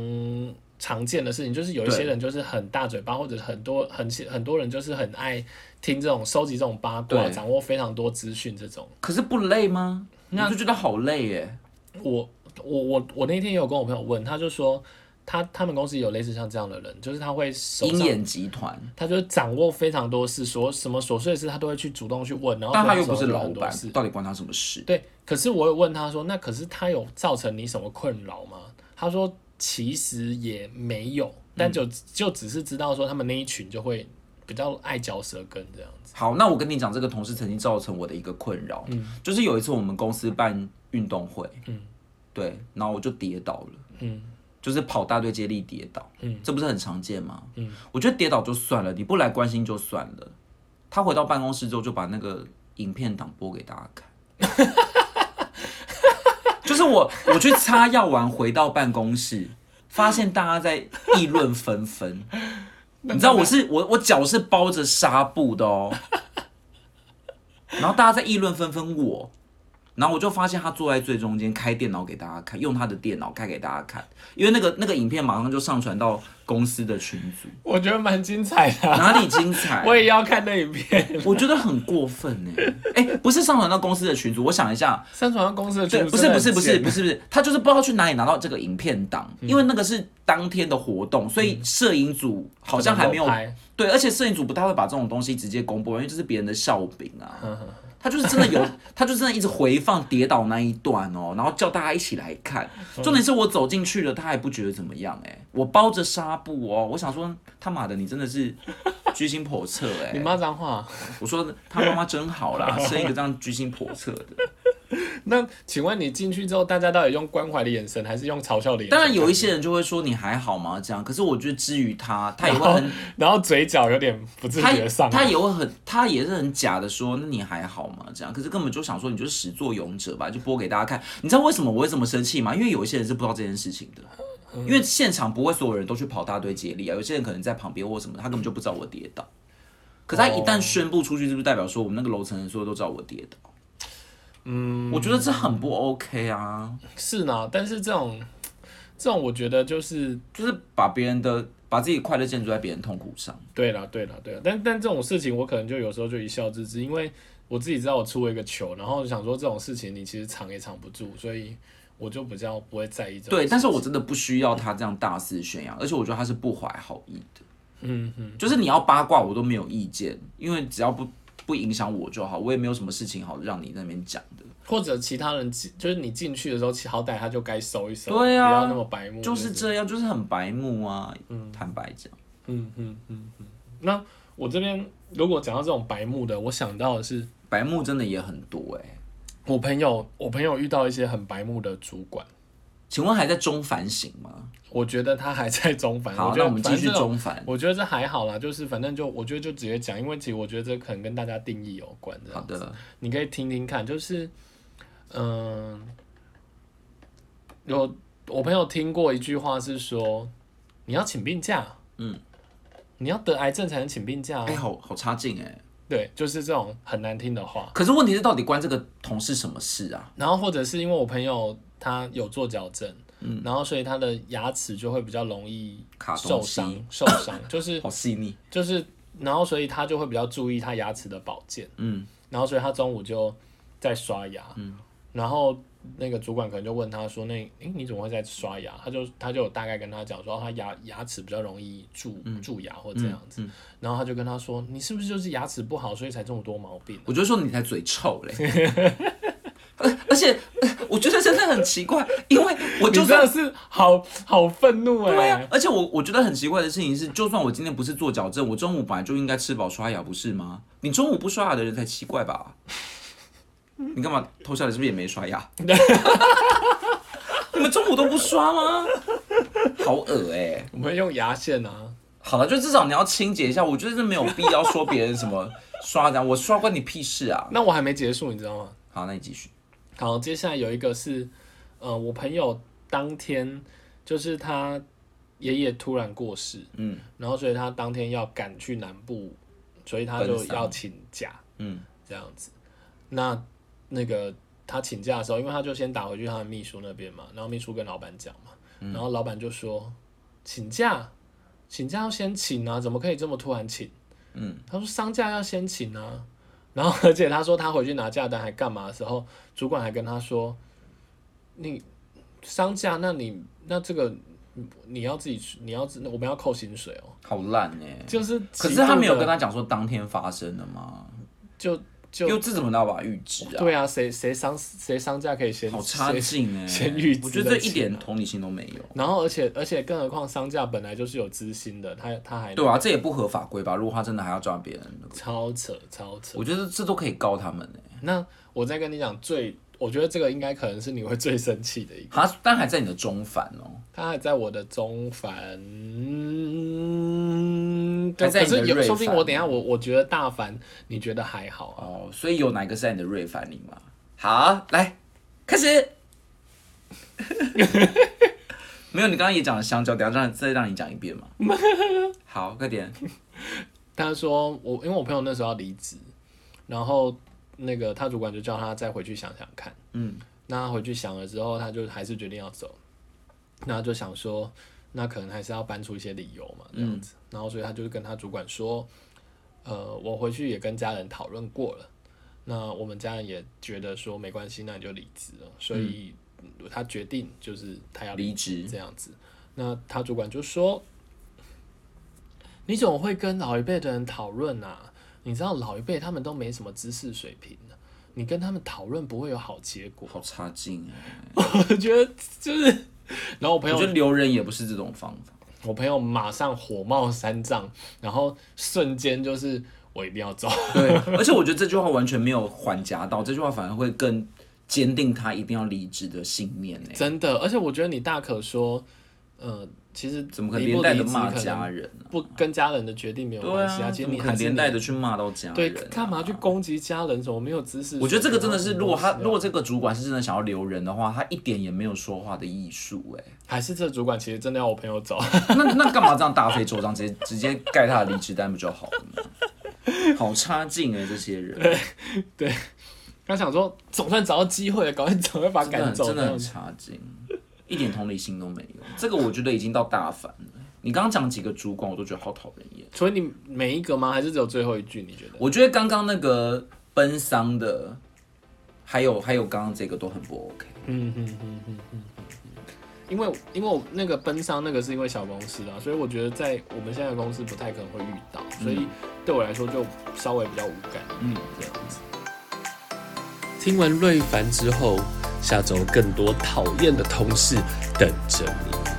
常见的事情，就是有一
对
些人就是很大嘴巴，或者很多很很多人就是很爱听这种收集这种八卦，
对
掌握非常多资讯这种。
可是不累吗？我就觉得好累耶。
我我我我那天也有跟我朋友问，他就说他他们公司有类似像这样的人，就是他会手
鹰
上。
眼集团，
他就掌握非常多事，所什么琐碎事他都会去主动去问，然后
但他
手
又
上
不是
有
老
很多
板
事，
到底关他什么事？
对，可是我有问他说，那可是他有造成你什么困扰吗？他说其实也没有，
嗯
但就、就只是知道说他们那一群就会比较爱嚼舌根这样子。
好，那我跟你讲，这个同事曾经造成我的一个困扰，就是有一次我们公司办运动会，
嗯
对，然后我就跌倒了。
嗯，
就是跑大队接力跌倒，
嗯
这不是很常见吗？
嗯
我觉得跌倒就算了，你不来关心就算了。他回到办公室之后，就把那个影片档播给大家 看。就是我，我去擦药丸，回到办公室，发现大家在议论纷 纷。你知道我是我我脚是包着纱布的哦，然后大家在议论纷纷我，然后我就发现他坐在最中间，开电脑给大家看，用他的电脑开给大家看，因为那个那个影片马上就上传到公司的群组，
我觉得蛮精彩的啊、
哪里精彩？
我也要看那影片，
我觉得很过分呢、哎、不是上传到公司的群组，我想一下，
上传到公司的
对，
群
不
组
是
真的
不
很
是不是
贱
不是不是，他就是不知道去哪里拿到这个影片档，因为那个是当天的活动，所以摄影组好像还没有
嗯可能拍
对，而且摄影组不太会把这种东西直接公布，因为这是别人的笑柄啊。他就是真的有，他就真的一直回放跌倒那一段哦，然后叫大家一起来看。
嗯
重点是我走进去了，他还不觉得怎么样哎、我包着纱布哦，我想说他妈的你真的是居心叵测哎、
你骂脏话。
我说他妈妈真好啦，生一个这样居心叵 测的。
那请问你进去之后，大家到底用关怀的眼神，还是用嘲笑的眼神？
当然有一，些人就会说你还好吗？这样，可是我觉得至于他，他也会很，
然后嘴角有点不自觉地
他
上啊
他
扬。
也会很，他也是很假的说，那你还好吗？这样，可是根本就想说你就是始作俑者吧，就播给大家看。你知道为什么我会这么生气吗？因为有一些人是不知道这件事情的。
嗯
因为现场不会所有人都去跑大队接力啊，有些人可能在旁边或什么，他根本就不知道我跌倒。可是他一
哦
旦宣布出去，是不是代表说我们那个楼层的人所有都知道我跌倒？嗯，我觉得这很不 OK 啊。
是呢，但是这种这种，我觉得就是
就是把别人的把自己快乐建筑在别人痛苦上。
对了，对了，对了，但但这种事情我可能就有时候就一笑置之，因为我自己知道我出了一个球，然后想说这种事情你其实藏也藏不住，所以我就比较不会在意这种事情。
对，但是我真的不需要他这样大肆宣扬，而且我觉得他是不怀好意的。
嗯嗯，
就是你要八卦我都没有意见，因为只要不不影响我就好，我也没有什么事情好让你在那边讲的。
或者其他人进就是你进去的时候，其好歹他就该收一收，
对啊
不要那么白目，
就是这样，就是很白目啊，坦白讲。
嗯嗯嗯嗯。那我这边如果讲到这种白目的，我想到的是
白目真的也很多哎、
我朋友，我朋友遇到一些很白目的主管，
请问还在中反省吗？
我觉得他还在中反，
好，
哎
那
觉得
我们
反
继
正
续
这种
中反。
我觉得这还好啦，就是反正就我觉得就直接讲，因为其实我觉得这可能跟大家定义有关的，
好的，
你可以听听看，就是嗯，有我朋友听过一句话是说，你要请病假，
嗯，
你要得癌症才能请病假、
哎、
啊，
好好差劲哎、
对，就是这种很难听的话。
可是问题是，到底关这个同事什么事啊？
然后或者是因为我朋友他有做矫正，然后所以他的牙齿就会比较容易
嗯卡
受
东
伤
西，
受伤就是
好细腻，
就是，然后所以他就会比较注意他牙齿的保健，
嗯，
然后所以他中午就在刷牙，然后那个主管可能就问他说，那诶、你怎么会在刷牙？他就他就有大概跟他讲说，哦他牙牙齿比较容易蛀
嗯
蛀牙或这样子，然后他就跟他说，你是不是就是牙齿不好，所以才这么多毛病？
我就说你才嘴臭嘞。而而且我觉得真的很奇怪，因为我就
你真
算
的是好好愤怒哎、
对啊，而且我我觉得很奇怪的事情是，就算我今天不是做矫正，我中午本来就应该吃饱刷牙，不是吗？你中午不刷牙的人才奇怪吧？你干嘛偷笑？你是不是也没刷牙？ 你们中午都不刷吗？好恶哎、
我们用牙线啊，
好了，就至少你要清洁一下，我觉得这没有必要说别人什么刷啊牙，我刷关你屁事啊！
那我还没结束，你知道吗？
好，那你继续。
好，接下来有一个是，呃，我朋友当天就是他爷爷突然过世，
嗯，
然后所以他当天要赶去南部，所以他就
奔丧
要请假，
嗯，
这样子。那那个他请假的时候，因为他就先打回去他的秘书那边嘛，然后秘书跟老板讲嘛，
嗯
然后老板就说请假，请假要先请啊，怎么可以这么突然请？
嗯，
他说丧假要先请啊，然后而且他说他回去拿假单还干嘛的时候，主管还跟他说，你丧假，那你那这个你要自己去，你要自我们要扣薪水哦。
好烂哎、
就是，
可是他没有跟，他讲说当天发生的吗？
就就
又这怎么办法预知啊？
对啊，谁谁伤谁伤假可以先
好差
谁
劲哎、
先预知
我觉得这
得起
一点同理心都没有。
然后而且而且更何况商假本来就是有资薪的，他他还
对啊，这也不合法规吧？如果他真的还要抓别人，
超扯超扯。
我觉得这都可以告他们哎、
那我再跟你讲最，我觉得这个应该可能是你会最生气的一个，
他但还在你的中反哦，
他还在我的中凡，对
还在
可
你的
是有，
瑞
说不定
凡啊
我等一下我我觉得大凡你觉得还好啊，
哦，所以有哪个是在你的瑞凡里吗？好，来开 始。没有，你刚刚也讲了香蕉，等一下让再让你讲一遍嘛。好，快点。
他说我因为我朋友那时候要离职，然后那个他主管就叫他再回去想想看。
嗯，
那他回去想了之后，他就还是决定要走，那他就想说，那可能还是要搬出一些理由嘛，这样
嗯
子。然后所以他就跟他主管说，呃，我回去也跟家人讨论过了，那我们家人也觉得说没关系，那你就离职了。所以他决定就是他要
离职。
这样子。那他主管就说：“你怎么会跟老一辈的人讨论啊？你知道老一辈他们都没什么知识水平的、你跟他们讨论不会有好结果。
好差劲哎、”
我觉得就是，然后我朋
我觉
友
得留人也不是这种方法。
我朋友马上火冒三丈，然后瞬间就是我一定要走。
对，而且我觉得这句话完全没有缓夹到，这句话反而会更坚定他一定要离职的信念呢。
真的，而且我觉得你大可说，呃，其实
怎么可能
离
连
不
带
离
的
职
骂
可
家
能
人呢、
不跟家人的决定没有
对
关系
啊，
其实
怎么
你
可
还
能
是
连
你
带的去骂到家人、啊
对，干嘛去？攻击家人？怎么没有知识水平？
我觉得这个真的是，如果他
然后
如果这个主管是真的想要留人的话，他一点也没有说话的艺术哎，
还是这主管其实真的要我朋友走，
那那干嘛这样大费周章，直接直接盖他的离职单不就好了吗？好差劲哎，这些人
刚想说总算找到机会了，赶快赶快把他
真的
赶
很
走。
真的
这
很
样子
差劲，一点同理心都没 有。这个我觉得已经到大反了。你刚刚讲几个主管，我都觉得好讨人厌。
除了你每一个吗？还是只有最后一句？你觉得？
我觉得刚刚那个奔丧的，还有还有刚刚这个都很不 OK。
嗯嗯嗯嗯嗯。因为因为我那个奔丧那个是因为小公司啊，所以我觉得在我们现在的公司不太可能会遇到，所以对我来说就稍微比较无感。
嗯，
这样子。听完瑞凡之后，下周更多讨厌的同事等着你。